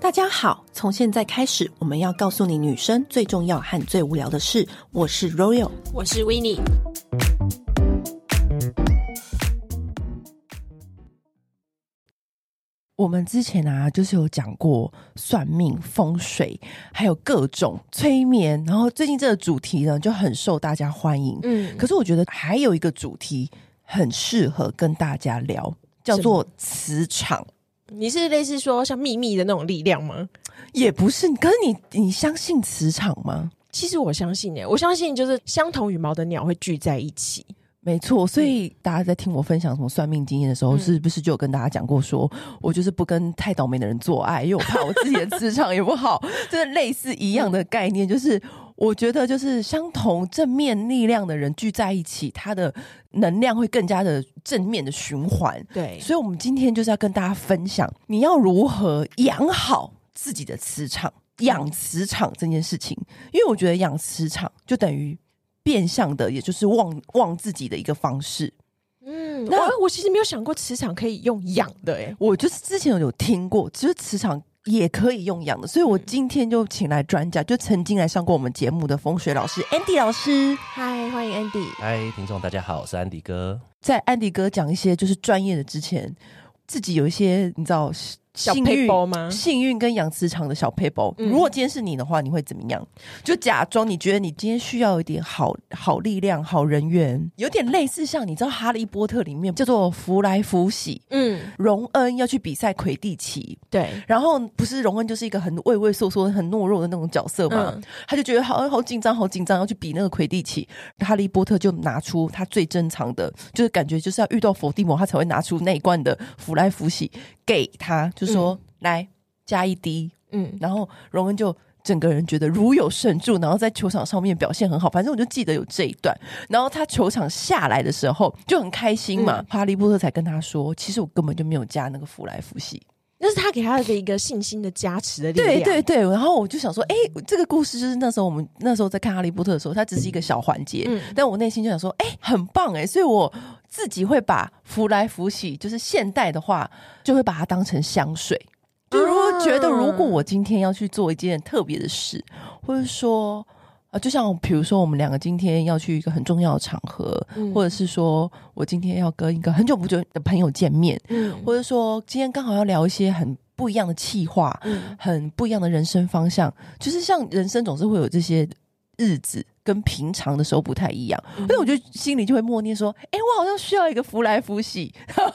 大家好，从现在开始，我们要告诉你女生最重要和最无聊的事。我是 Royal，我是 w i n n i e 我们之前啊，就是有讲过算命、风水，还有各种催眠。然后最近这个主题呢，就很受大家欢迎。嗯，可是我觉得还有一个主题很适合跟大家聊，叫做磁场。你是类似说像秘密的那种力量吗？也不是，可是你你相信磁场吗？其实我相信耶、我相信就是相同羽毛的鸟会聚在一起。没错，所以大家在听我分享什么算命经验的时候，嗯是不是就有跟大家讲过说，我就是不跟太倒霉的人做爱，因为我怕我自己的磁场也不好， 就是类似一样的概念，就是。我觉得就是相同正面力量的人聚在一起，他的能量会更加的正面的循环。对所以，我们今天就是要跟大家分享，你要如何养好自己的磁场，养磁场这件事情。因为我觉得养磁场就等于变相的，也就是旺旺自己的一个方式。嗯，那我我其实没有想过磁场可以用养的、欸，我就是之前有听过，其实磁场。也可以用养的，所以我今天就请来专家，就曾经来上过我们节目的风水老师 Andy 老师，嗨，欢迎 Andy。嗨，听众大家好，我是安迪哥。在安迪哥讲一些就是专业的之前，自己有一些你知道小幸配运包吗？幸运跟养磁场的小 paper，、嗯如果今天是你的话，你会怎么样？就假装你觉得你今天需要一点好好力量、好人缘，有点类似像你知道《哈利波特》里面叫做福来福喜，嗯，荣恩要去比赛魁地奇，对，然后不是荣恩就是一个很畏畏缩缩、很懦弱的那种角色嘛，嗯他就觉得好好紧张、好紧张，要去比那个魁地奇。哈利波特就拿出他最珍藏的，就是感觉就是要遇到伏地魔，他才会拿出那一罐的福来福喜给他，就说、来加一滴。嗯，然后荣恩就。整个人觉得如有神助，然后在球场上面表现很好。反正我就记得有这一段。然后他球场下来的时候就很开心嘛。嗯哈利波特才跟他说：“其实我根本就没有加那个福来福喜。”那是他给他的一个信心的加持的力量。对对对，然后我就想说，哎、这个故事就是那时候我们那时候在看《哈利波特》的时候，它只是一个小环节，嗯但我内心就想说，哎、很棒哎、所以我自己会把福来福喜，就是现代的话，就会把它当成香水。就如果觉得，啊如果我今天要去做一件特别的事，或者说，啊，就像比如说我们两个今天要去一个很重要的场合，嗯或者是说我今天要跟一个很久不久的朋友见面，嗯或者说今天刚好要聊一些很不一样的气话，嗯很不一样的人生方向，就是像人生总是会有这些日子跟平常的时候不太一样，嗯所以我就心里就会默念说：“哎、我好像需要一个福来福喜。”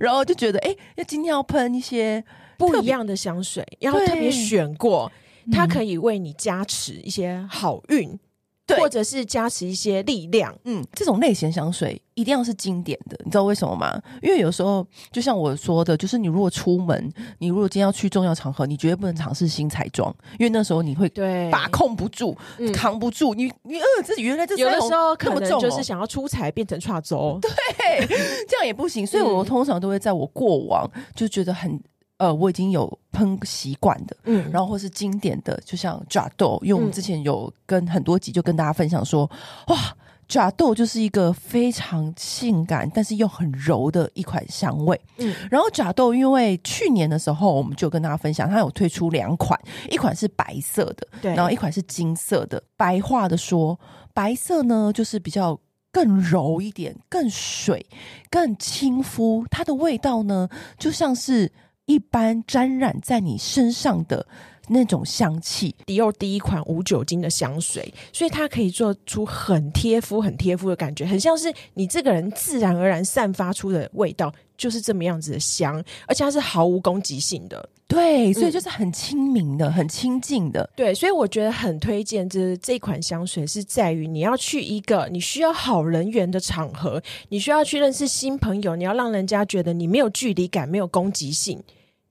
然后就觉得，哎、要今天要喷一些不特一别样的香水，要对特别选过，它嗯可以为你加持一些好运，对或者是加持一些力量。嗯，这种类型香水一定要是经典的，你知道为什么吗？因为有时候就像我说的，就是你如果出门，你如果今天要去重要场合，你绝对不能尝试新彩妆，因为那时候你会对，把控不住、嗯扛不住。你你呃，这原来这有的腮红时候那可么能重就哦是想要出彩变成跨州，嘿， 这样也不行。所以我嗯通常都会在我过往就觉得很呃，我已经有喷习惯的，嗯然后或是经典的，就像抓豆，因为我们嗯之前有跟很多集就跟大家分享说，哇。抓豆就是一个非常性感，但是又很柔的一款香味。嗯然后爪豆，因为去年的时候我们就跟大家分享，它有推出两款，一款是白色的，对，然后一款是金色的。白话的说，白色呢就是比较更柔一点，更水，更亲肤。它的味道呢，就像是一般沾染在你身上的那种香气。迪奥第一款无酒精的香水，所以它可以做出很贴肤、很贴肤的感觉，很像是你这个人自然而然散发出的味道，就是这么样子的香，而且它是毫无攻击性的。对，所以嗯就是很亲民的，很亲近的。对，所以我觉得很推荐，就是这款香水是在于你要去一个你需要好人缘的场合，你需要去认识新朋友，你要让人家觉得你没有距离感，没有攻击性，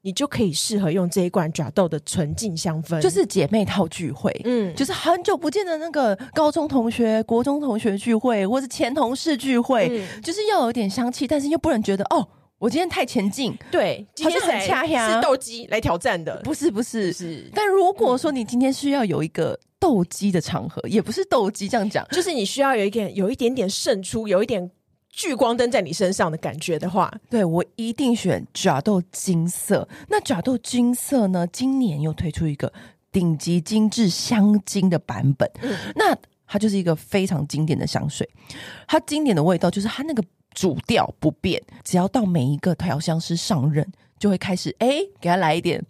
你就可以适合用这一罐爪豆的纯净香氛，就是姐妹套聚会，嗯，就是很久不见的那个高中同学、国中同学聚会，或是前同事聚会，嗯就是要有点香气，但是又不能觉得哦，我今天太前进。对，今天好像很谁恰呀是斗鸡来挑战的，不是，不是，是。但如果说你今天需要有一个斗鸡的场合，也不是斗鸡这样讲，就是你需要有一点，有一点点胜出，有一点聚光灯在你身上的感觉的话，对我一定选爪豆金色。那爪豆金色呢，今年又推出一个顶级精致香精的版本，那它就是一个非常经典的香水。它经典的味道就是它那个主调不变，只要到每一个调香师上任，就会开始哎、诶给他来一点。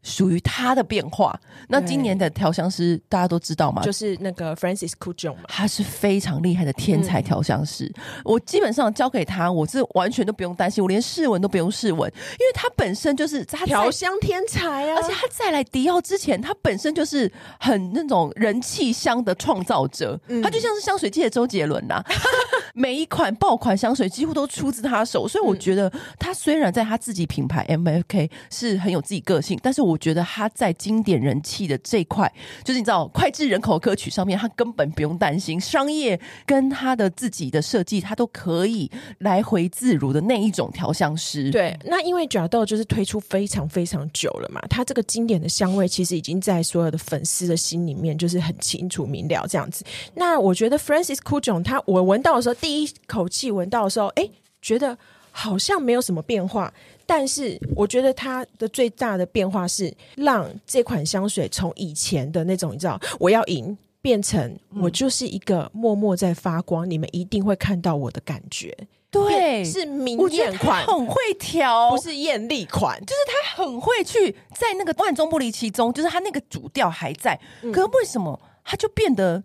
属于他的变化。那今年的调香师大家都知道嘛，就是那个 Francis c u j o n 嘛，他是非常厉害的天才调香师，我基本上交给他，我是完全都不用担心，我连试闻都不用试闻，因为他本身就是他在调香天才啊！而且他在来迪奥之前，他本身就是很那种人气香的创造者，嗯他就像是香水界的周杰伦呐、 每一款爆款香水几乎都出自他手，所以我嗯觉得他虽然在他自己品牌 M F K 是很有自己个性，但是我觉得他在经典人气的这一块，就是你知道脍炙人口的歌曲上面，他根本不用担心商业跟他的自己的设计，他都可以来回自如的那一种调香师。对，那因为角豆就是推出非常非常久了嘛，它这个经典的香味其实已经在所有的粉丝的心里面就是很清楚明了这样子。那我觉得 Francis c u j o n 他我闻到的时候，第一口气闻到的时候，哎，觉得好像没有什么变化，但是我觉得它的最大的变化是让这款香水从以前的那种你知道我要赢。变成嗯我就是一个默默在发光，你们一定会看到我的感觉，对，是明我觉艳得他款，很会调，不是艳丽款，就是他很会去在那个万中不离其宗，就是他那个主调还在，可是为什么他就变得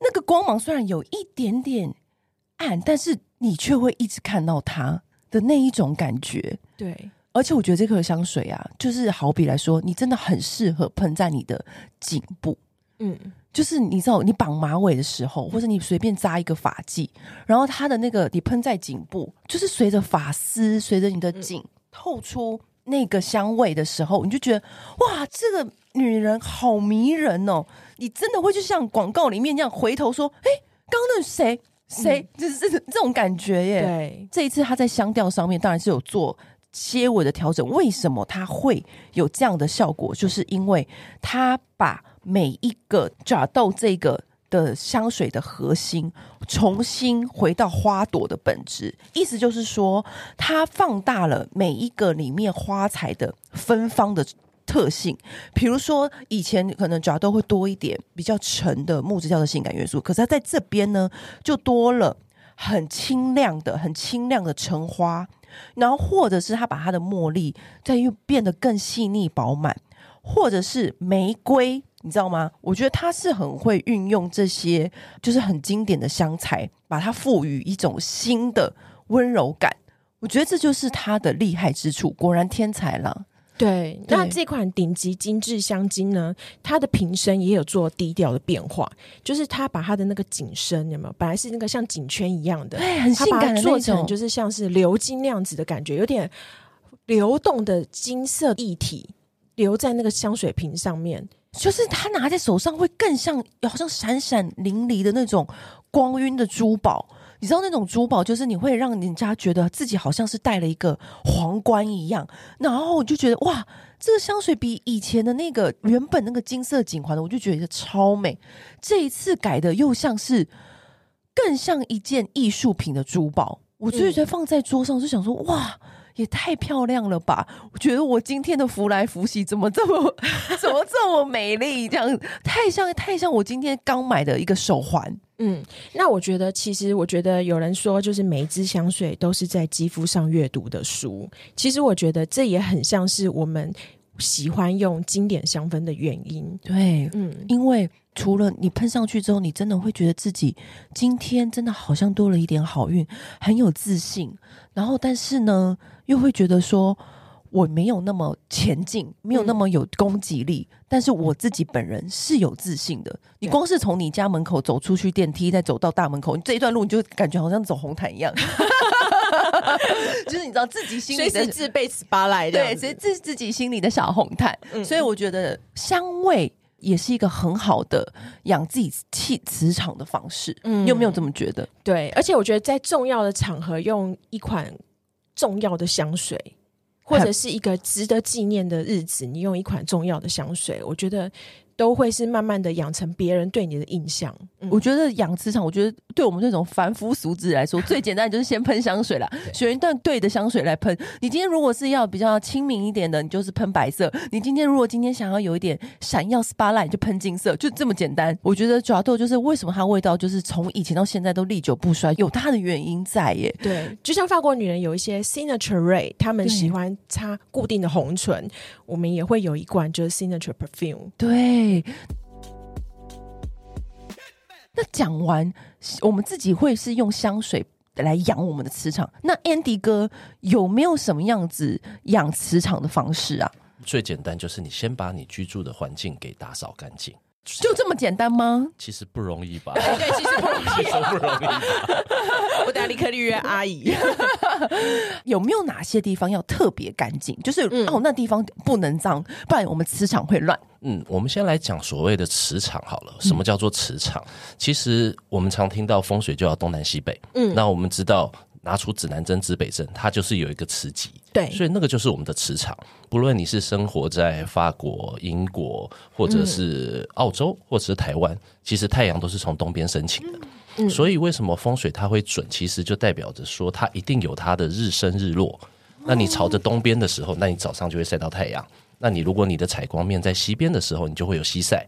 那个光芒虽然有一点点暗，但是你却会一直看到它的那一种感觉。对而且我觉得这个香水啊，就是好比来说，你真的很适合喷在你的颈部。嗯，就是你知道，你绑马尾的时候，或者你随便扎一个发髻，然后它的那个你喷在颈部，就是随着发丝，随着你的颈透出那个香味的时候，你就觉得哇，这个女人好迷人哦！你真的会就像广告里面那样回头说，哎，刚刚那谁谁，就是这这种感觉耶。对，这一次他在香调上面当然是有做些微的调整。为什么他会有这样的效果？就是因为他把每一个爪豆这个。的香水的核心重新回到花朵的本质，意思就是说，它放大了每一个里面花材的芬芳的特性。比如说，以前可能爪豆会多一点比较沉的木质调的性感元素，可是它在这边呢，就多了很清亮的、很清亮的橙花，然后或者是他把他的茉莉再又变得更细腻饱满，或者是玫瑰，你知道吗？我觉得他是很会运用这些就是很经典的香材，把它赋予一种新的温柔感。我觉得这就是他的厉害之处，果然天才啦。对，那对这款顶级精致香精呢，它的瓶身也有做低调的变化，就是它把它的那个颈身有没有，本来是那个像颈圈一样的，对，很它性把感它的做那成种，就是像是流金那样子的感觉，有点流动的金色液体留在那个香水瓶上面。就是他拿在手上会更像，好像闪闪淋漓的那种光晕的珠宝。你知道那种珠宝，就是你会让人家觉得自己好像是戴了一个皇冠一样，然后我就觉得哇，这个香水比以前的那个原本那个金色颈环的，我就觉得超美。这一次改的又像是更像一件艺术品的珠宝，我就觉得放在桌上就想说哇。也太漂亮了吧！我觉得我今天的福来福喜怎么这么 怎么这么美丽？这样太像太像我今天刚买的一个手环。嗯，那我觉得，其实我觉得有人说，就是每一支香水都是在肌肤上阅读的书。其实我觉得这也很像是我们喜欢用经典香氛的原因。对，嗯，因为除了你喷上去之后，你真的会觉得自己今天真的好像多了一点好运，很有自信。然后，但是呢，又会觉得说我没有那么前进，没有那么有攻击力，但是我自己本人是有自信的。你对光是从你家门口走出去电梯，再走到大门口，你这一段路你就感觉好像走红毯一样。 就是你知道自己心里的自备 SPA 来对，所以自自己心里的小红毯。嗯所以我觉得香味也是一个很好的养自己气磁场的方式。嗯你有没有这么觉得？对，而且我觉得在重要的场合用一款重要的香水，或者是一个值得纪念的日子，你用一款重要的香水，我觉得都会是慢慢的养成别人对你的印象。嗯我觉得养磁场，我觉得对我们这种凡夫俗子来 说，最简单的就是先喷香水啦，选一段对的香水来喷。你今天如果是要比较亲民一点的，你就是喷白色；你今天如果今天想要有一点闪耀 SPA light，你就喷金色，就这么简单。我觉得爪豆就是为什么它味道就是从以前到现在都历久不衰，有它的原因在耶。对，就像法国女人有一些 signature ray，她们对喜欢擦固定的红唇，我们也会有一罐就是 signature perfume。对。那讲完，我们自己会是用香水来养我们的磁场。那 Andy 哥有没有什么样子养磁场的方式啊？最简单就是你先把你居住的环境给打扫干净，就这么简单吗？其实不容易吧？对，其实不容其实不容易吧。易，我打立刻预约阿姨。有没有哪些地方要特别干净？就是、嗯哦，那地方不能脏，不然我们磁场会乱。嗯，我们先来讲所谓的磁场好了。什么叫做磁场？其实我们常听到风水就要东南西北，嗯嗯，那我们知道拿出指南针、指北针，它就是有一个磁极， 对所以那个就是我们的磁场。不论你是生活在法国、英国，或者是澳洲，或者是台湾，其实太阳都是从东边升起的。所以为什么风水它会准？其实就代表着说它一定有它的日升日落。那你朝着东边的时候，那你早上就会晒到太阳。那你如果你的采光面在西边的时候，你就会有西晒。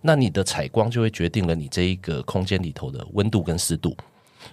那你的采光就会决定了你这一个空间里头的温度跟湿度。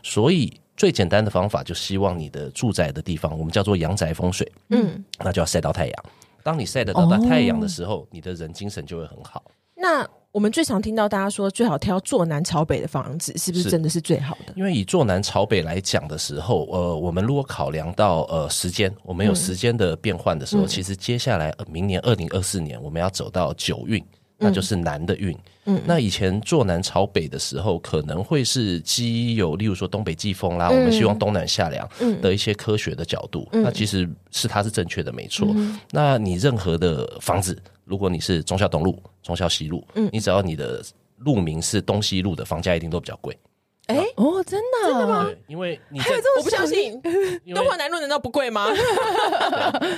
所以最简单的方法，就希望你的住宅的地方，我们叫做阳宅风水，嗯，那就要晒到太阳。当你晒得到大太阳的时候，你的人精神就会很好。那我们最常听到大家说，最好挑坐南朝北的房子，是不是是真的是最好的？因为以坐南朝北来讲的时候，呃，我们如果考量到呃时间，我们有时间的变换的时候，其实接下来、呃、明年二零二四年我们要走到九运，那就是南的运。嗯，那以前坐南朝北的时候，可能会是基有例如说东北季风啦，我们希望东南下凉的一些科学的角度，那其实是它是正确的，没错。那你任何的房子，如果你是忠孝东路、忠孝西路，你只要你的路名是东西路的，房价一定都比较贵。哎、哦，真的、真的吗？对，因为你在我不相信，因为东华南路难道不贵吗？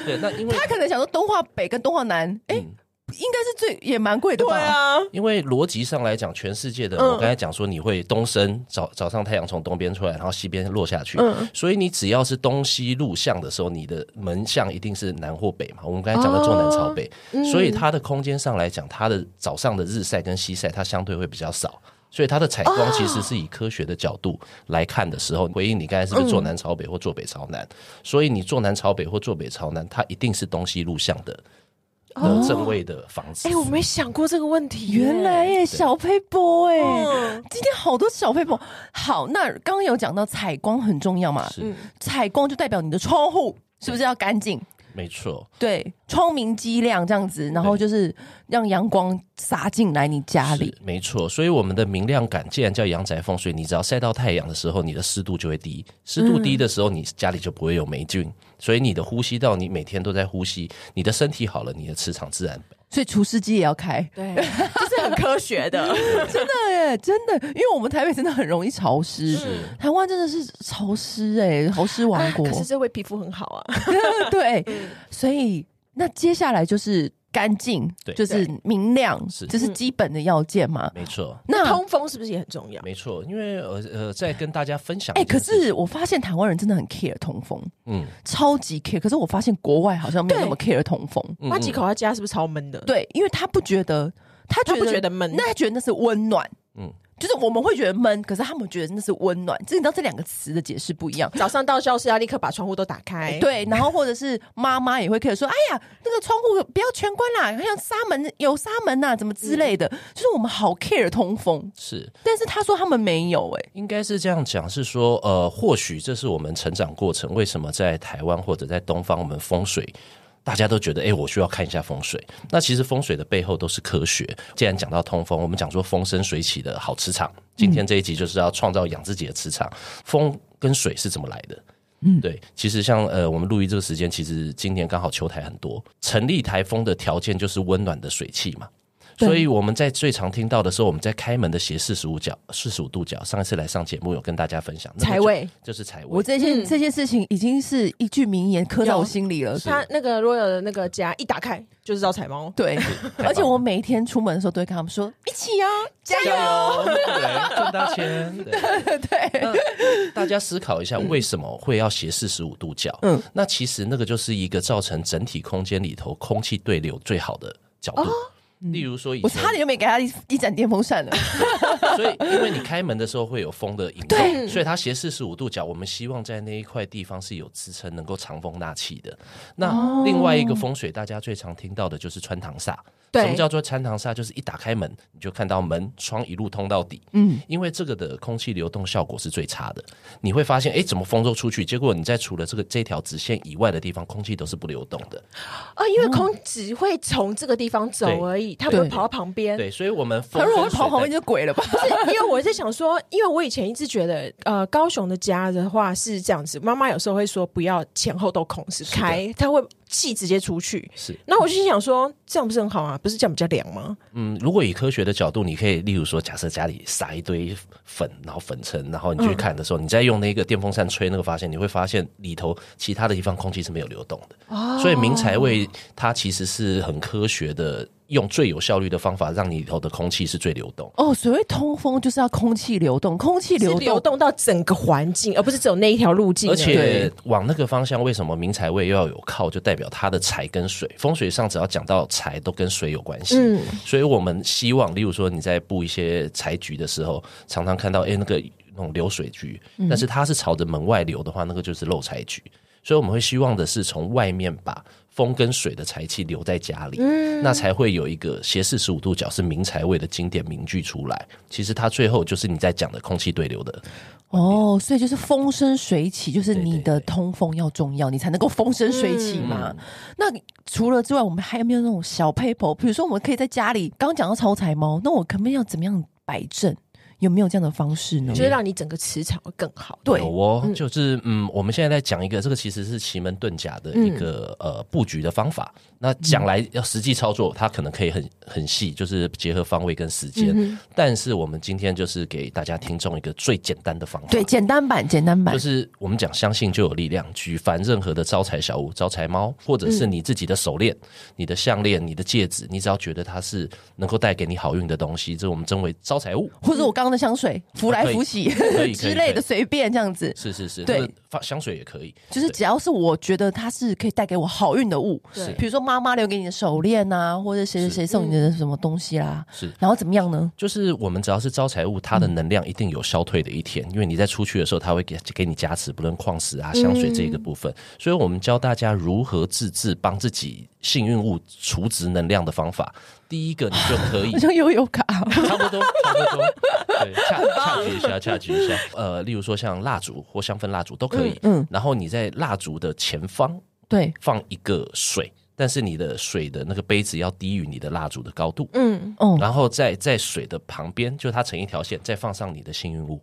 对，那因为他可能想说东化北跟东化南，哎、应该是最也蛮贵的对吧？啊，因为逻辑上来讲，全世界的、嗯我刚才讲说，你会东升早早上太阳从东边出来，然后西边落下去，嗯所以你只要是东西路向的时候，你的门向一定是南或北嘛。我们刚才讲的坐南朝哦北，嗯所以它的空间上来讲，它的早上的日晒跟西晒，它相对会比较少。所以它的采光其哦实是以科学的角度来看的时候，回应你刚才是不是嗯坐南朝北或坐北朝南？所以你坐南朝北或坐北朝南，它一定是东西路向的的正位的房子。哦嗯哎、我没想过这个问题耶，原来耶，小佩波哎、嗯今天好多小佩波。好，那刚刚有讲到采光很重要嘛，嗯是采光就代表你的窗户是不是要干净？没错，对，窗明几亮这样子，然后就是让阳光洒进来你家里是。没错。所以我们的明亮感，既然叫阳宅风水，你只要晒到太阳的时候，你的湿度就会低，湿度低嗯的时候，你家里就不会有霉菌，所以你的呼吸道，你每天都在呼吸，你的身体好了，你的磁场自然。所以除湿机也要开，对， 这是很科学的。真的耶，真的，因为我们台北真的很容易潮湿，台湾真的是潮湿哎，潮湿王国。啊可是这位皮肤很好啊。 对，所以那接下来就是干净，对就是明亮，是这是基本的要件嘛。没错，那通风是不是也很重要？没错。因为呃呃，在跟大家分享哎、一可件事情，是我发现台湾人真的很 care 通风，嗯，超级 care。可是我发现国外好像没有对那么 care 通风，嗯挖几口他家是不是超闷的？，对，因为他不觉得，他他觉不得，觉得闷。那他觉得那是温暖，嗯嗯。就是我们会觉得闷，可是他们觉得那是温暖。这你知道这两个词的解释不一样，早上到教室要立刻把窗户都打开。，哎对。然后或者是妈妈也会 care 说：“哎呀，那个窗户不要全关啦，好像纱门有纱门呐、怎么嗯之类的。就是我们好 care 通风，是但是他说他们没有、哎，应该是这样讲，是说，呃，或许这是我们成长过程。为什么在台湾或者在东方，我们风水大家都觉得，哎、我需要看一下风水。那其实风水的背后都是科学。既然讲到通风，我们讲说风生水起的好磁场。今天这一集就是要创造养自己的磁场，风跟水是怎么来的？嗯，对，其实像呃，我们录音这个时间，其实今年刚好秋台很多，成立台风的条件就是温暖的水汽嘛。对所以我们在最常听到的时候，我们在开门的斜四十五角、四十五度角，上一次来上节目有跟大家分享，那个财就位，就是财位我。这件、嗯这件事情已经是一句名言刻在我心里了。是他那个 Royal 的那个家一打开就是招财猫，对，太棒了而且我每一天出门的时候都会跟他们说一起啊，加加油！油，对，赚大钱。对对，大家思考一下，为什么会要斜四十五度角？嗯嗯，那其实那个就是一个造成整体空间里头空气对流最好的角度。例如说以哦我前，差点就没给他一一盏电风扇了。 所以因为你开门的时候会有风的引对动，所以它斜四十五度角，我们希望在那一块地方是有支撑，能够藏风纳气的。哦那另外一个风水，大家最常听到的就是穿堂煞。对什么叫做穿堂煞？就是一打开门，你就看到门窗一路通到底。嗯，因为这个的空气流动效果是最差的。你会发现，哎，怎么风都出去，结果你在除了这个这条直线以外的地方，空气都是不流动的。啊，因为空只会从这个地方走而已，它不会对跑到旁边。对，所以我们他风如果跟会水跑旁在边就鬼了吧？ 因为我在想说，因为我以前一直觉得，呃，高雄的家的话是这样子，妈妈有时候会说不要前后都空是的开，她会气直接出去。是，那我就心想说，这样不是很好啊？不是这样比较凉吗？嗯，如果以科学的角度，你可以例如说，假设家里撒一堆粉，然后粉尘，然后你去看的时候，你再用那个电风扇吹那个，发现你会发现里头其他的地方空气是没有流动的。所以明财位它其实是很科学的，用最有效率的方法，让你里头的空气是最流动。哦，所谓通风就是要空气流动，空气是流流动动到整个环境，而不是只有那一条路径。而对且往那个方向，为什么明财位要有靠，就代表它的财跟水。风水上只要讲到财，都跟水有关系。嗯所以我们希望，例如说你在布一些财局的时候，常常看到哎、诶那个那种流水局，但是它是朝着门外流的话，那个就是漏财局。所以我们会希望的是从外面把风跟水的财气留在家里，那才会有一个斜四十五度角是明财位的经典名句出来。其实它最后就是你在讲的空气对流的哦，所以就是风生水起，就是对对你的对通风要重要，你才能够风生水起嘛。那你除了之外，我们还有没有那种小 paper？比如说，我们可以在家里，刚刚讲到招财猫，那我可不可以要怎么样摆正？有没有这样的方式呢就？是让你整个磁场会更好。对有哦，就是嗯，我们现在在讲一个，这个其实是奇门遁甲的一个、嗯呃布局的方法。那讲来要实际操作，它可能可以很很细，就是结合方位跟时间。嗯但是我们今天就是给大家听众一个最简单的方法，对，简单版，简单版就，是我们讲相信就有力量，举凡任何的招财小物、招财猫，或者是嗯你自己的手链、你的项链、你的戒指，你只要觉得它是能够带给你好运的东西，这我们称为招财物。或者我刚刚的香水，浮来嗯啊可以浮去 可以之类可的，以随便这样子，是是是，对那个发香水也可以，就是对只要是我觉得它是可以带给我好运的物是，比如说妈妈留给你的手链啊，或者谁谁谁送你的什么东西啦，是。然后怎么样呢？就是我们只要是招财物，它的能量一定有消退的一天，因为你在出去的时候，它会给给你加持，不论矿石啊、香水这一个部分。所以我们教大家如何自制帮自己幸运物除值能量的方法。第一个，你就可以好像悠悠卡， 差不多，差不多， 对，恰恰举一下，恰举一下。呃，例如说像蜡烛或香氛蜡烛都可以。嗯嗯然后你在蜡烛的前方对，放一个水，但是你的水的那个杯子要低于你的蜡烛的高度。嗯，嗯，然后在在水的旁边，就它成一条线，再放上你的幸运物。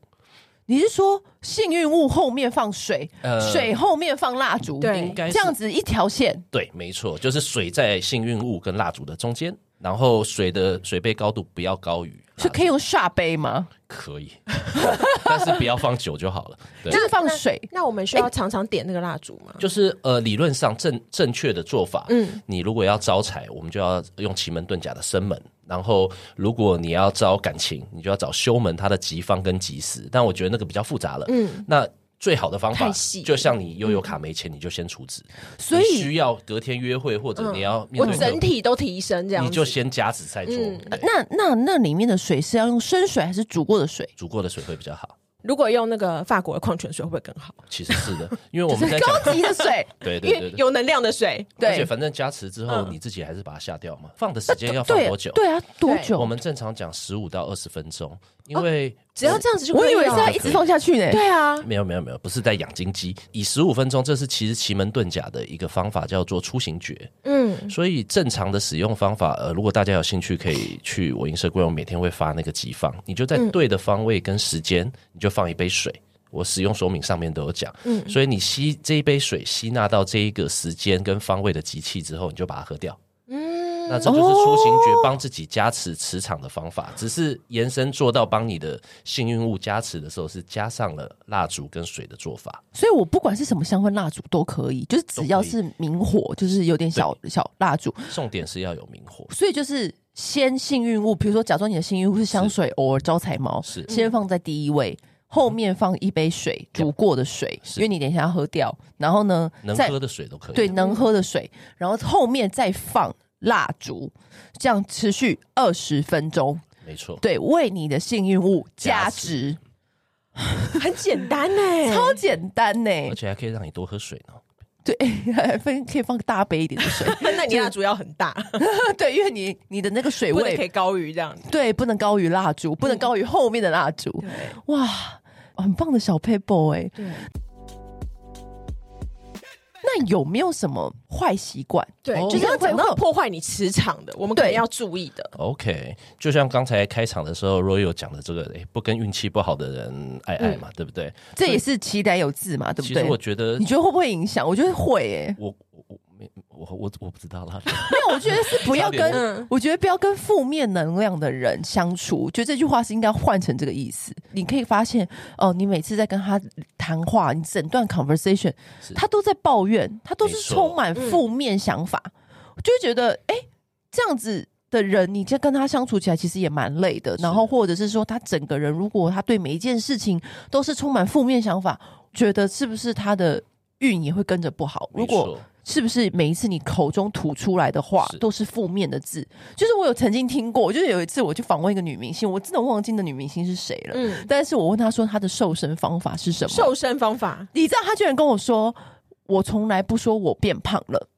你是说幸运物后面放水，呃水后面放蜡烛，对应该是这样子一条线。对，没错，就是水在幸运物跟蜡烛的中间，然后水的水杯高度不要高于蜡是烛，可以用下杯吗？可以，但是不要放酒 就好了。对就，是放水，那我们需要常常点那个蜡烛吗？就是呃，理论上正正确的做法，嗯嗯，你如果要招财，我们就要用奇门遁甲的生门；然后如果你要招感情，你就要找修门它的吉方跟吉时。但我觉得那个比较复杂了，嗯，那。最好的方法太细，就像你悠悠卡没钱，你就先储值。所你以需要隔天约会，或者你要面我对客户整体都提升这样你子，就先加值再做。嗯对那那那里面的水是要用生水还是煮过的水？煮过的水会比较好，如果用那个法国的矿泉水会不会更好？其实是的， 因为我们在讲，高级的水，对因对对为对。有能量的水，而且对反正加持之后，你自己还是把它下掉嘛。放的时间要放对多久？对啊，多久？我们正常讲十五到二十分钟，因为只要这样子就我可以为是了要一直放下去呢。对啊，没有没有没有，不是在养金鸡，以十五分钟，这是其实奇门遁甲的一个方法，叫做出行诀。嗯，所以正常的使用方法，呃，如果大家有兴趣，可以去我银社柜，我每天会发那个集放，你就在对的方位跟时间，你就放一杯水。我使用说明上面都有讲，嗯，所以你吸这一杯水吸纳到这一个时间跟方位的集气之后，你就把它喝掉，嗯，那这就是出行觉帮自己加持磁场的方法，只是延伸做到帮你的幸运物加持的时候，是加上了蜡烛跟水的做法。所以我不管是什么香氛蜡烛都可以，就是只要是明火，就是有点小小蜡烛，重点是要有明火，所以就是先幸运物，比如说假装你的幸运物是香水，偶尔招财猫，是嗯先放在第一位。后面放一杯水，煮过的水，是因为你等一下要喝掉。然后呢，能再喝的水都可以。对，能喝的水，然后后面再放蜡烛，这样持续二十分钟，没错。对，为你的幸运物加加持值，很简单哎、 超简单呢、而且还可以让你多喝水呢。对， 分可以放大杯一点的水，那你蜡烛要很大， 对，因为你你的那个水不能可位，以嗯高于这样。对，不能高于蜡烛，不能高于后面的蜡烛，对哇，很棒的小 paper 哎、对那有没有什么坏习惯？对，哦就是你刚会刚讲到会破坏你磁场的，我们可能对要注意的。 OK，就像刚才开场的时候，Roy 有讲的这个，哎，不跟运气不好的人爱爱嘛，对不对？这也是奇歹有字嘛，嗯对不其实我对？觉得你，觉得会不会影响？我觉得会诶、 我我我没我我我不知道啦。没有，我觉得是不要差跟点，嗯我觉得不要跟负面能量的人相处。我觉得这句话是应该换成这个意思。你可以发现，哦、你每次在跟他谈话，你整段 conversation，是他都在抱怨，他都没是错充满负面想法，我就会觉得，哎、这样子。的人，你这跟他相处起来其实也蛮累的。然后，或者是说，他整个人如果他对每一件事情都是充满负面想法，觉得是不是他的运也会跟着不好？ 如没果错是不是每一次你口中吐出来的话是都是负面的字？就是我有曾经听过，就是有一次我去访问一个女明星，我真的忘记那女明星是谁了。嗯，但是我问她说她的瘦身方法是什么？瘦身方法你知道她居然跟我说，我从来不说我变胖 了，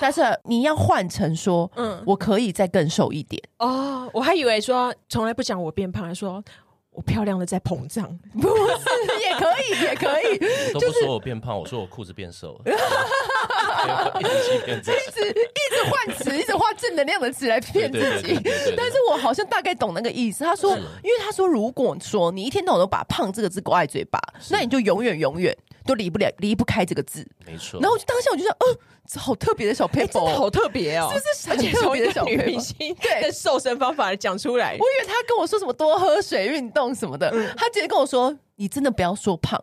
但是你要换成说，嗯嗯，我可以再更瘦一 点。哦，我还以为说从来不讲我变胖，还说我漂亮的在膨胀。不是，也可以，也可以，我都不说我变胖，我说我裤子变瘦了， 对运气变正。一直一直换 词，一直换正能量的词来骗自己。对对对对对对但是我好像大概懂那个意思。他说，是因为他说，如果说你一天到晚都把“胖”这个字挂在嘴巴，那你就永远永远都离不了离不开这个字。没错。然后我就当下我就想，嗯、这好特别的小 paper，、真的好特别哎哦，是不是而且很特从别的一个小女朋友明星对的瘦身方法讲出来我，以为他跟我说什么多喝水、运动什么的，嗯他直接跟我说：“你真的不要说胖，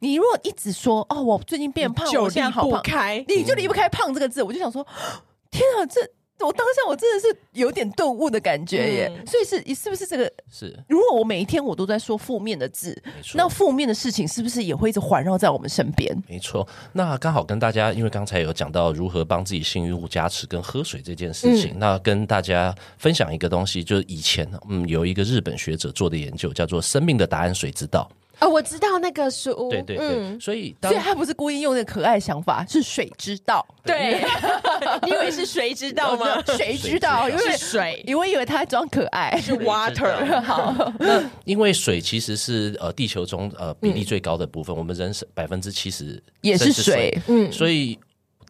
你如果一直说哦，我最近变胖，就我现在离好不胖，开。你就离不开“胖”这个字，我就想说，天啊，这我当下我真的是有点顿悟的感觉耶。嗯所以是是不是这个？是如果我每一天我都在说负面的字，没错。那负面的事情是不是也会一直环绕在我们身边？没错，那刚好跟大家，因为刚才有讲到如何帮自己幸运物加持跟喝水这件事嗯情，那跟大家分享一个东西，就是以前嗯有一个日本学者做的研究，叫做“生命的答案谁知道哦，我知道那个书，”。对对对，嗯所以当所以他不是故意用那个可爱想法，是水知道，对， 你以为是谁知道吗？谁知道？因为是水，因为以为他在装可爱，是 water。好，因为水其实是呃地球中呃比例最高的部分，我们人百分之七十嗯也是水，嗯，所以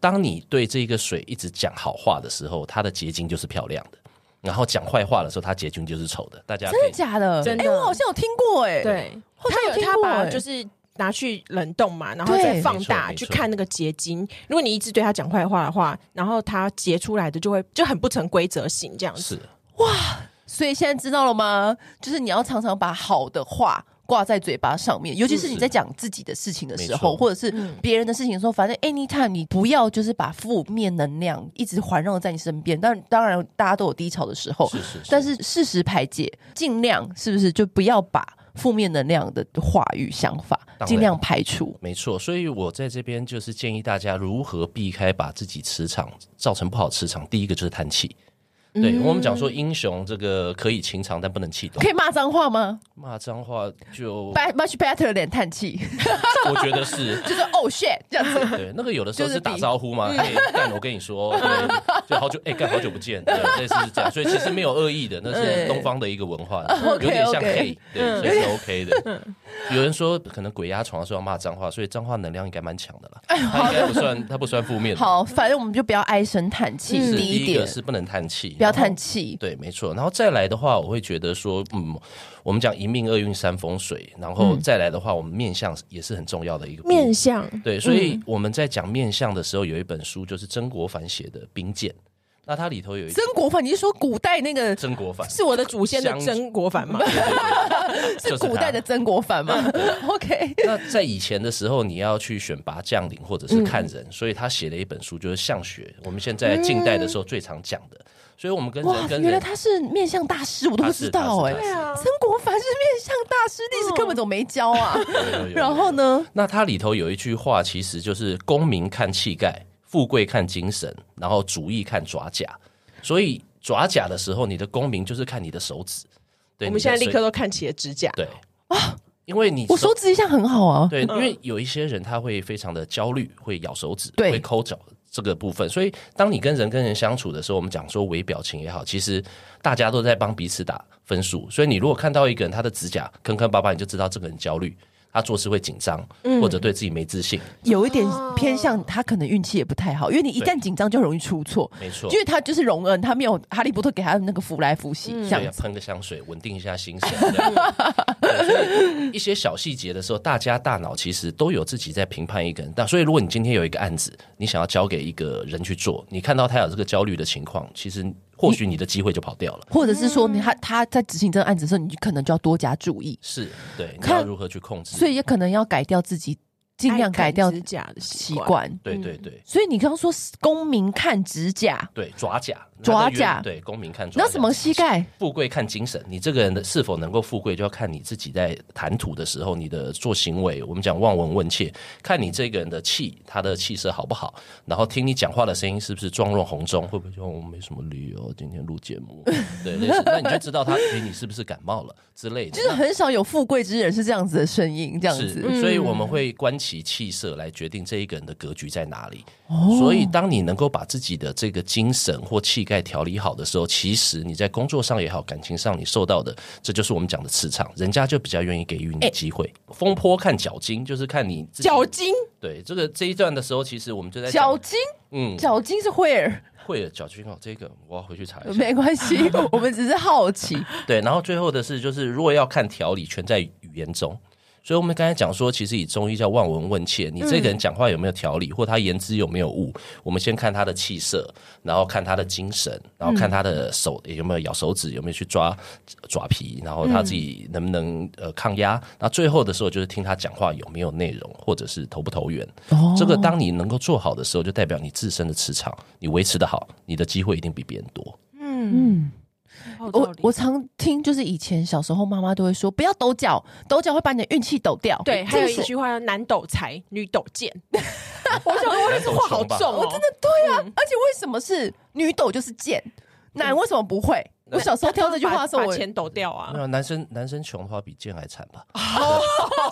当你对这个水一直讲好话的时候，它的结晶就是漂亮的；然后讲坏话的时候，它结晶就是丑的。大家可真的以假的？啊真的哎，我好像有听过，哎，，对，好像有他有听他过把欸就是。拿去冷冻嘛，然后再对放大没错去没错看那个结晶。如果你一直对他讲坏话的话，然后他结出来的就会就很不成规则性这样子。是所以现在知道了吗？就是你要常常把好的话挂在嘴巴上面，尤其是你在讲自己的事情的时没候，错或者是别人的事情的时候，反正 anytime 你不要就是把负面能量一直环绕在你身边。但当然，大家都有低潮的时候，是是是哦但是适时排解，尽量是不是就不要把负面能量的话语、想法然尽量排除。没错，所以我在这边就是建议大家如何避开把自己磁场造成不好磁场。第一个就是叹气，对、我们讲说英雄这个可以情长，但不能气嗯短可。以骂脏话吗骂脏话 就？But much better than 叹气，我觉得是就是 oh shit 这样子。 对那个有的时候就是是比嗯打招呼嘛，哎干、我跟你说，对就好久哎干、好久不见，对，类似是这样，所以其实没有恶意的，那是对嗯东方的一个文化， OK，有点像 OK 黑，对，所以 是 OK 的。有人说可能鬼压床的时候要骂脏话，所以脏话能量应该蛮强的啦，它应该不算它不算负面的。哎好，反正我们就不要唉声叹气。是第第一一个点，是不能叹气，不要叹然后。气。对，没错。然后再来的话，我会觉得说，嗯，我们讲一命二运三风水，然嗯后再来的话，我们面相也是很重要的一个部分面相，对，所以我们在讲面相的时候，有一本书就是曾国藩写的《兵谏》。那它里头有一曾国藩，你是说古代那 个曾国藩，是我的祖先的香曾国藩嘛？是就是嗯古代它的曾国藩吗 ？OK，那在以前的时候，你要去选拔将领或者是看人，所以他写了一本书，就是相学。我们现在近代的时候最常讲的，所以我们跟哇人，跟原来人，他是面向大师，我都不他是知道他哎、是他是 啊曾国藩是面向大师，历史课本怎么没教 啊？有有有然后呢？那它里头有一句话，其实就是“功名看气概，富贵看精神，然后主义看爪甲”。所以爪甲的时候，你的功名就是看你的手指。对，我你们的现在立手刻都看起了指甲，对因为你我手指一下很好啊，对，因为有一些人他会非常的焦虑，会咬手指，对会抠脚这个部分。所以，当你跟人跟人相处的时候，我们讲说微表情也好，其实大家都在帮彼此打分数。所以，你如果看到一个人他的指甲坑坑巴巴，你就知道这个人焦虑，他做事会紧张，嗯或者对自己没自信。有一点偏向他可能运气也不太好，因为你一旦紧张就容易出错。没错因，为他就是荣恩，他没有哈利波特给他那个福来福去这对样啊，子。喷个香水稳定一下心神。这 样对所以一些小细节的时候，大家大脑其实都有自己在评判一个人。但所以，如果你今天有一个案子，你想要交给一个人去做，你看到他有这个焦虑的情况，其实或许你的机会就跑掉了。或者是说你他他在执行这个案子的时候，你就可能就要多加注意，是对，你看要如何去控制？所以也可能要改掉自己，尽量改掉爱看指甲的习习惯。惯。对对对所以你刚刚说是公民看指甲，对，爪甲，爪它的原甲对，公民看爪甲。那什么膝盖？富贵看精神，你这个人的是否能够富贵，就要看你自己在谈吐的时候，你的做行为，我们讲望闻问切，看你这个人的气，他的气色好不好，然后听你讲话的声音是不是庄若红钟，会不会说我没什么理由今天录节目，对，类似，那你就知道他，诶你是不是感冒了之类 的就。是很少有富贵之人是这样子的声音，这样是子。，所以我们会观其气色来决定这一个人的格局在哪里。哦所以，当你能够把自己的这个精神或气概调理好的时候，其实你在工作上也好，感情上你受到的，这就是我们讲的磁场，人家就比较愿意给予哎你机会。风波看脚筋，就是看你自己脚筋，对这个这一段的时候，其实我们就在脚讲筋，嗯脚筋是会儿，会了脚筋哦，这个我要回去查一下。没关 系，我们只是好奇。对，然后最后的是，就是如果要看条理，全在语言中。所以我们刚才讲说，其实以中医叫望闻问切，你这个人讲话有没有条理，或他言之有没有误，我们先看他的气色，然后看他的精神，然后看他的手、有没有咬手指，有没有去抓爪皮，然后他自己能不能呃抗压。那最后的时候就是听他讲话有没有内容，或者是投不投缘。哦这个当你能够做好的时候，就代表你自身的磁场，你维持的好，你的机会一定比别人多。嗯，嗯，我我常听，就是以前小时候妈妈都会说，不要抖脚，抖脚会把你的运气抖掉。对，还有这一个是句话叫“男抖财，女抖 贱”，我想说这话好重哦，真的对啊，而且为什么是女抖就是贱，男为什么不会？我小时候挑这句话的时候，把我钱抖掉啊没，有男生男生穷的话比贱还惨吧，哦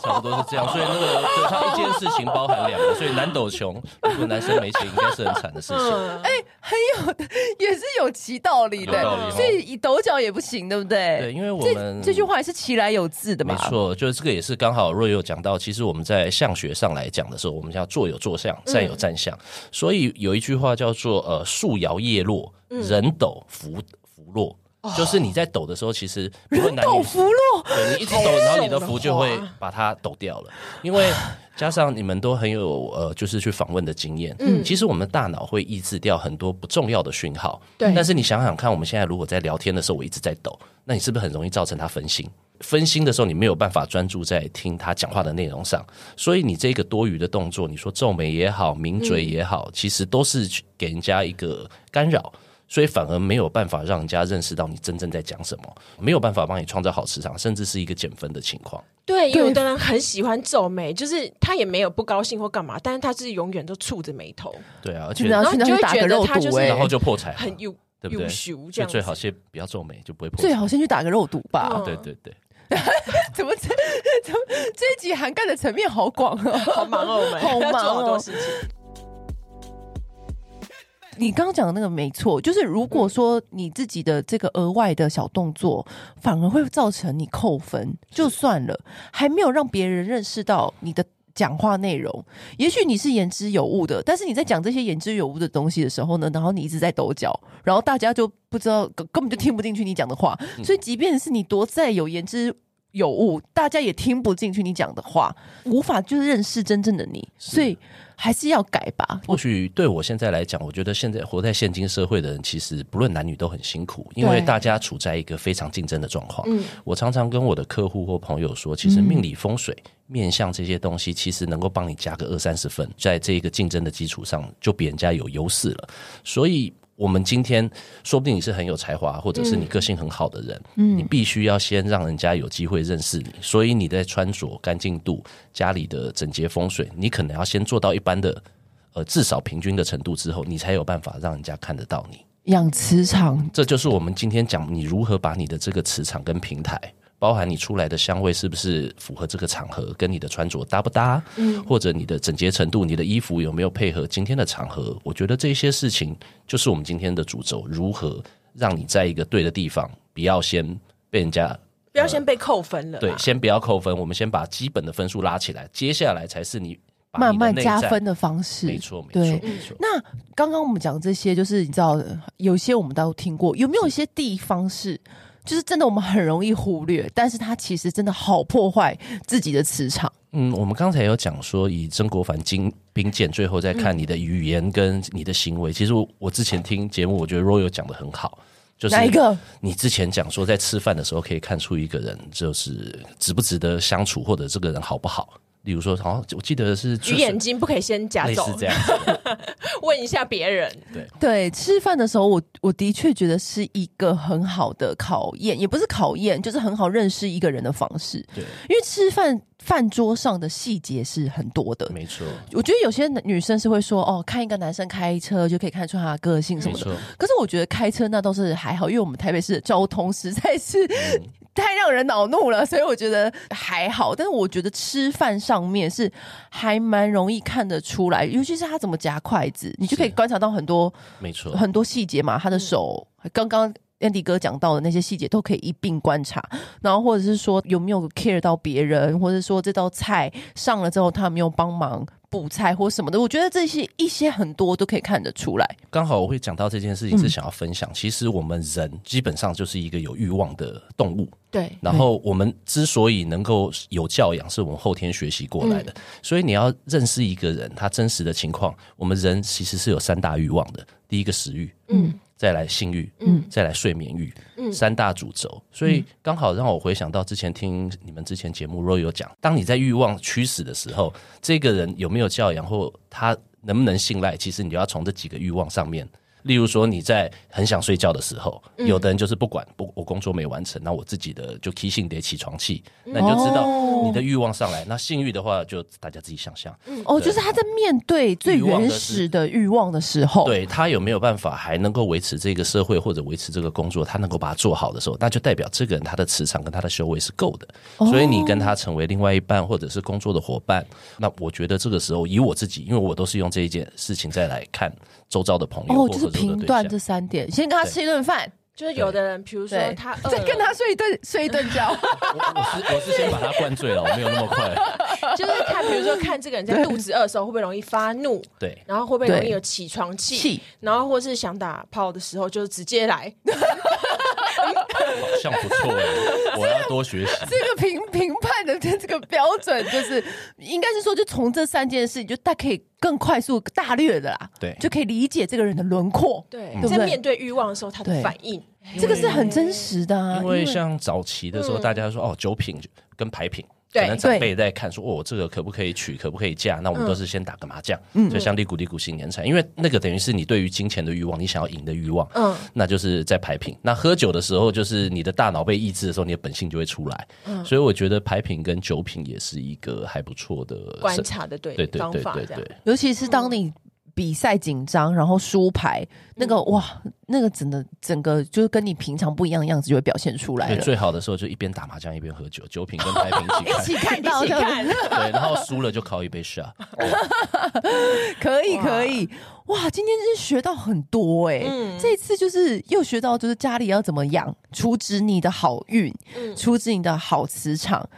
差不多是这样。所以那个对他一件事情包含两个，所以男抖穷，如果男生没钱，应该是很惨的事情。嗯，也是有其道理有道理的，哦所以以抖脚也不行，对不对？对，因为我这们这句话也是啊其来有自的嘛。没错，就是这个也是刚好若有讲到，其实我们在相学上来讲的时候，我们要坐有坐相，嗯站有站相，所以有一句话叫做呃树摇叶落，嗯人抖福福落。就是你在抖的时候，其实不论男女抖哦福禄，对你一直抖，然后你的的福就话会把它抖掉了，因为加上你们都很有呃，就是去访问的经验。嗯，其实我们大脑会抑制掉很多不重要的讯号。对但是你想想看，我们现在如果在聊天的时候，我一直在抖，那你是不是很容易造成他分心？分心的时候，你没有办法专注在听他讲话的内容上，所以你这个多余的动作，你说皱眉也好，抿嘴也好，其实都是去给人家一个干扰。所以反而没有办法让人家认识到你真正在讲什么，没有办法帮你创造好磁场，甚至是一个减分的情况。对，对有的人很喜欢皱眉，就是他也没有不高兴或干嘛，但是他是永远都蹙着眉头，对啊，而真且的要去那然后里就打会个觉肉得他毒就是哎、然后就破财了，很优对不对优秀这所以样子，最好先不要皱眉，就不会破财。最好先去打个肉毒吧。嗯对对对， 怎么这怎么这一集涵盖的层面好广哦、好忙哦，我们好忙哦要做好多事情，你刚刚讲的那个没错，就是如果说你自己的这个额外的小动作，反而会造成你扣分，就算了，还没有让别人认识到你的。讲话内容，也许你是言之有物的，但是你在讲这些言之有物的东西的时候呢，然后你一直在抖脚，然后大家就不知道，根根本就听不进去你讲的话。所以，即便是你多再有言之有误，大家也听不进去你讲的话，无法就是认识真正的你，所以还是要改吧。或许对我现在来讲，我觉得现在活在现今社会的人，其实不论男女都很辛苦，因为对大家处在一个非常竞争的状况。我常常跟我的客户或朋友说，其实命理风水、面相这些东西，其实能够帮你加个二三十分，在这个竞争的基础上，就比人家有优势了。所以。我们今天说不定你是很有才华，或者是你个性很好的人，你必须要先让人家有机会认识你，所以你在穿着干净度、家里的整洁风水，你可能要先做到一般的呃至少平均的程度之后，你才有办法让人家看得到你。养磁场，这就是我们今天讲你如何把你的这个磁场跟平台。包含你出来的香味是不是符合这个场合，跟你的穿着搭不搭，嗯或者你的整洁程度、你的衣服有没有配合今天的场合？我觉得这些事情就是我们今天的主轴，如何让你在一个对的地方，不要先被人家不要先被扣分了啦。对，先不要扣分，我们先把基本的分数拉起来，接下来才是你把慢你的慢内加在分。的方式，没错，没错，对嗯没错。那刚刚我们讲这些，就是你知道，有些我们都听过，有没有一些地方是，就是真的我们很容易忽略，但是它其实真的好破坏自己的磁场。嗯，我们刚才有讲说，以曾国藩精兵谏，最后再看你的语言跟你的行为。其实我我之前听节目，我觉得 Royal 讲的很好，就是哪一个？你之前讲说，在吃饭的时候可以看出一个人就是值不值得相处，或者这个人好不好。例如说，好像我记得是举眼睛不可以先夹类似走，这样子的，问一下别人。对，吃饭的时候我，我的确觉得是一个很好的考验，也不是考验，就是很好认识一个人的方式。对，因为吃饭饭桌上的细节是很多的。没错，我觉得有些女生是会说，哦，看一个男生开车就可以看出他的个性什没么的。错。可是我觉得开车那都是还好，因为我们台北市的交通实在是嗯太让人恼怒了，所以我觉得还好。但是我觉得吃饭上面是还蛮容易看得出来，尤其是他怎么夹筷子，你就可以是观察到很多没错，很多细节嘛，他的手刚刚。Andy 哥讲到的那些细节都可以一并观察，然后或者是说有没有 care 到别人，或者说这道菜上了之后他有没有帮忙补菜或什么的，我觉得这些一些很多都可以看得出来。刚好我会讲到这件事嗯情，是想要分享。其实我们人基本上就是一个有欲望的动物，对，然后我们之所以能够有教养，是我们后天学习过来嗯的。所以你要认识一个人他真实的情况，我们人其实是有三大欲望的：第一个食欲，嗯再来性欲，嗯再来睡眠欲，三大主轴。所以刚好让我回想到之前听你们之前节目 Roy 有讲，当你在欲望驱使的时候，这个人有没有教养或他能不能信赖，其实你就要从这几个欲望上面。例如说，你在很想睡觉的时候，有的人就是不管不，我工作没完成，那我自己的就提醒得起床气，那你就知道哦你的欲望上来。那性欲的话，就大家自己想象。哦，对就是他在面对最原始的欲望的时候，对他有没有办法还能够维持这个社会或者维持这个工作，他能够把它做好的时候，那就代表这个人他的磁场跟他的修为是够的。哦所以你跟他成为另外一半或者是工作的伙伴，那我觉得这个时候以我自己，因为我都是用这一件事情再来看周遭的朋友哦，或就者是周遭评的对断象这。三点，先跟他吃一顿饭，就是有的人，比如说对他呃再跟他。他睡一顿睡一顿觉，我我是我是先把他灌醉了，我没有那么快。就是看，比如说看这个人在肚子饿的时候会不会容易发怒， 对，然后会不会容易对有起床 气，气然后或是想打炮的时候就直接来，好像不错 哎，我要多学习。 这个评评判的这个标准，就是应该是说，就从这三件事，你就大可以更快速、大略的啦，对就可以理解这个人的轮廓。对对不，对在面对欲望的时候他的对反应，这个是很真实的啊，因为像早期的时候，嗯大家说哦，酒品跟牌品。对嗯可能长辈在看说，哦，这个可不可以娶，可不可以嫁？那我们都是先打个麻将，所以像利古利古新年产，因为那个等于是你对于金钱的欲望，你想要赢的欲望，嗯那就是在牌品。那喝酒的时候，就是你的大脑被抑制的时候，你的本性就会出来。嗯所以我觉得牌品跟酒品也是一个还不错的观，察的对对对方对法对这样。对，尤其是当你嗯比赛紧张，然后输牌，那个哇，那个整个整个就是跟你平常不一样的样子就会表现出来所以了。最好的时候就一边打麻将一边喝酒，酒品跟牌品一起看。看到 一起这样看，对，然后输了就靠一杯 shot。 可以哇嗯可以，哇，今天真是学到很多哎、 这一次就是又学到，就是家里要怎么养，处置你的好运，嗯处置你的好磁场，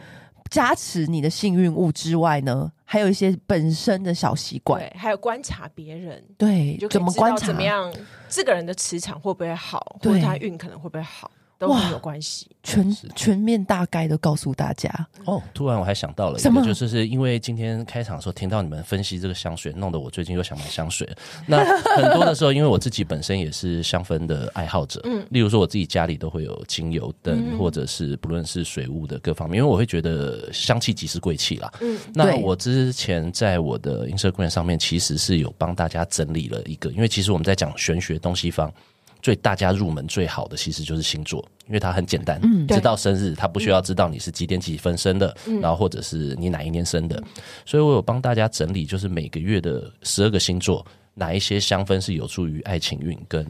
加持你的幸运物之外呢，还有一些本身的小习惯对，，还有观察别人。对你就，可怎以么知道观察？怎么样这个人的磁场会不会好，或对者他运可能会不会好？都很有关系。全全面大概的告诉大家，哦，突然我还想到了一什么个，就是是因为今天开场的时候听到你们分析这个香水，弄得我最近又想买香水了。 那很多的时候，因为我自己本身也是香氛的爱好者，嗯，例如说我自己家里都会有精油嗯灯，或者是不论是水雾的各方面，因为我会觉得香气即是贵气啦。嗯，那对我之前在我的 Instagram 上面其实是有帮大家整理了一个，因为其实我们在讲玄学东西方。最大家入门最好的其实就是星座，因为它很简单，知道生日，它不需要知道你是几点几分生的，然后或者是你哪一年生的。所以我有帮大家整理，就是每个月的十二个星座，哪一些香氛是有助于爱情运跟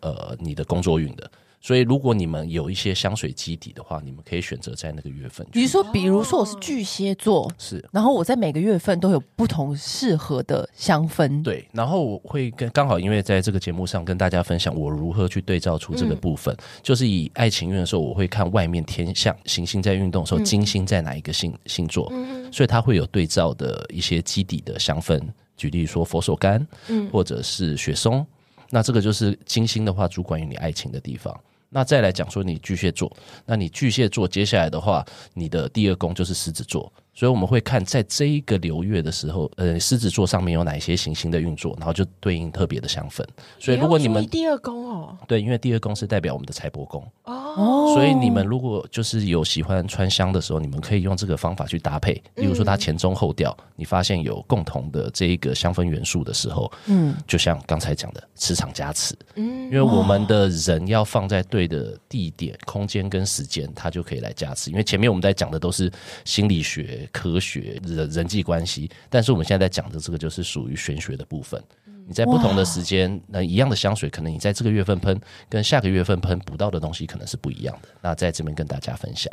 呃你的工作运的。所以如果你们有一些香水基底的话，你们可以选择在那个月份去。比如说，哦比如说我是巨蟹座，是然后我在每个月份都有不同适合的香氛，对，然后我会跟刚好因为在这个节目上跟大家分享我如何去对照出这个部分，就是以爱情运的时候，我会看外面天象行星在运动的时候，金星在哪一个星星座，所以它会有对照的一些基底的香氛，举例说佛手柑，或者是雪松，那这个就是金星的话，主管于你爱情的地方。那再来讲说你巨蟹座，那你巨蟹座接下来的话，你的第二宫就是狮子座，所以我们会看在这一个流月的时候，呃，狮子座上面有哪一些行星的运作，然后就对应特别的香氛。所以如果你也要们注意第二宫哦，对，因为第二宫是代表我们的财帛宫，哦所以你们如果就是有喜欢穿香的时候，你们可以用这个方法去搭配。例如说它前中后调，你发现有共同的这一个香氛元素的时候，嗯，就像刚才讲的磁场加持，嗯因为我们的人要放在对的地点、空间跟时间，它就可以来加持。因为前面我们在讲的都是心理学、科学、人人际关系，但是我们现在在讲的这个就是属于玄学的部分。嗯你在不同的时间，那一样的香水，可能你在这个月份喷，跟下个月份喷不到的东西可能是不一样的。那在这边跟大家分享，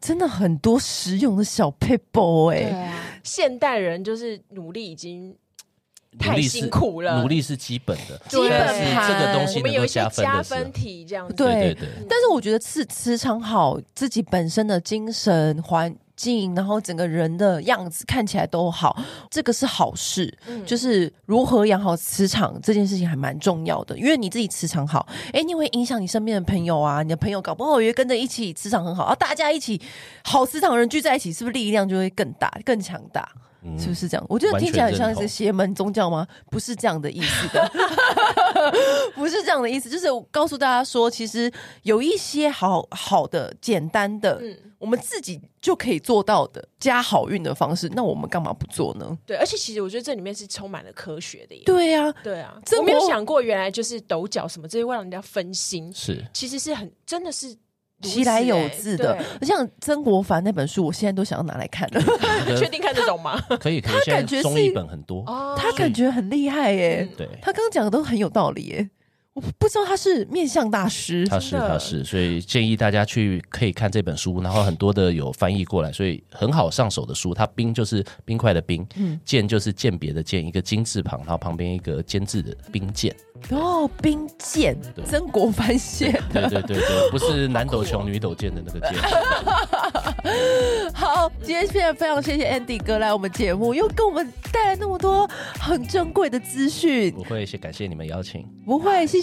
真的很多实用的小 paper 哎、啊，现代人就是努力已经努太力是辛苦了，努力是基本的，基本但是盘这个东我西们能有够一些加分加的时候分，题这样子，对对对对。但是我觉得磁磁场好，自己本身的精神环境，然后整个人的样子看起来都好，这个是好事。就是如何养好磁场这件事情还蛮重要的，因为你自己磁场好，哎，你会影响你身边的朋友啊，你的朋友搞不好也跟着一起磁场很好，啊，大家一起好磁场的人聚在一起，是不是力量就会更大、更强大？嗯是不是这样？我觉得完听全起来很像认同是邪门宗教吗？不是这样的意思的。 不是这样的意思，就是我告诉大家说，其实有一些好好的、简单的，嗯我们自己就可以做到的加好运的方式，那我们干嘛不做呢？对，而且其实我觉得这里面是充满了科学的耶，对呀、对啊，这我没有我想过原来就是抖脚什么这些会让人家分心，是其实是很真的是如其来此有耶自的对。像曾国藩那本书，我现在都想要拿来看 了，这个确定看这种吗？可以可以，感现觉是在中译本很多，哦， 他感觉很厉害耶、嗯对。他刚刚讲的都很有道理耶、我不知道他是面向大师，他是真的他是，所以建议大家去可以看这本书，然后很多的有翻译过来，所以很好上手的书。它冰就是冰块的冰，剑就是鉴别的剑，一个金字旁，然后旁边一个尖字的冰剑。哦，冰剑，对曾国藩写的。对对对对，不是男斗穷女斗剑的那个剑。好，今天非常非常谢谢 Andy 哥来我们节目，又给我们带来那么多很珍贵的资讯。嗯我会先感谢你们邀请，不会，谢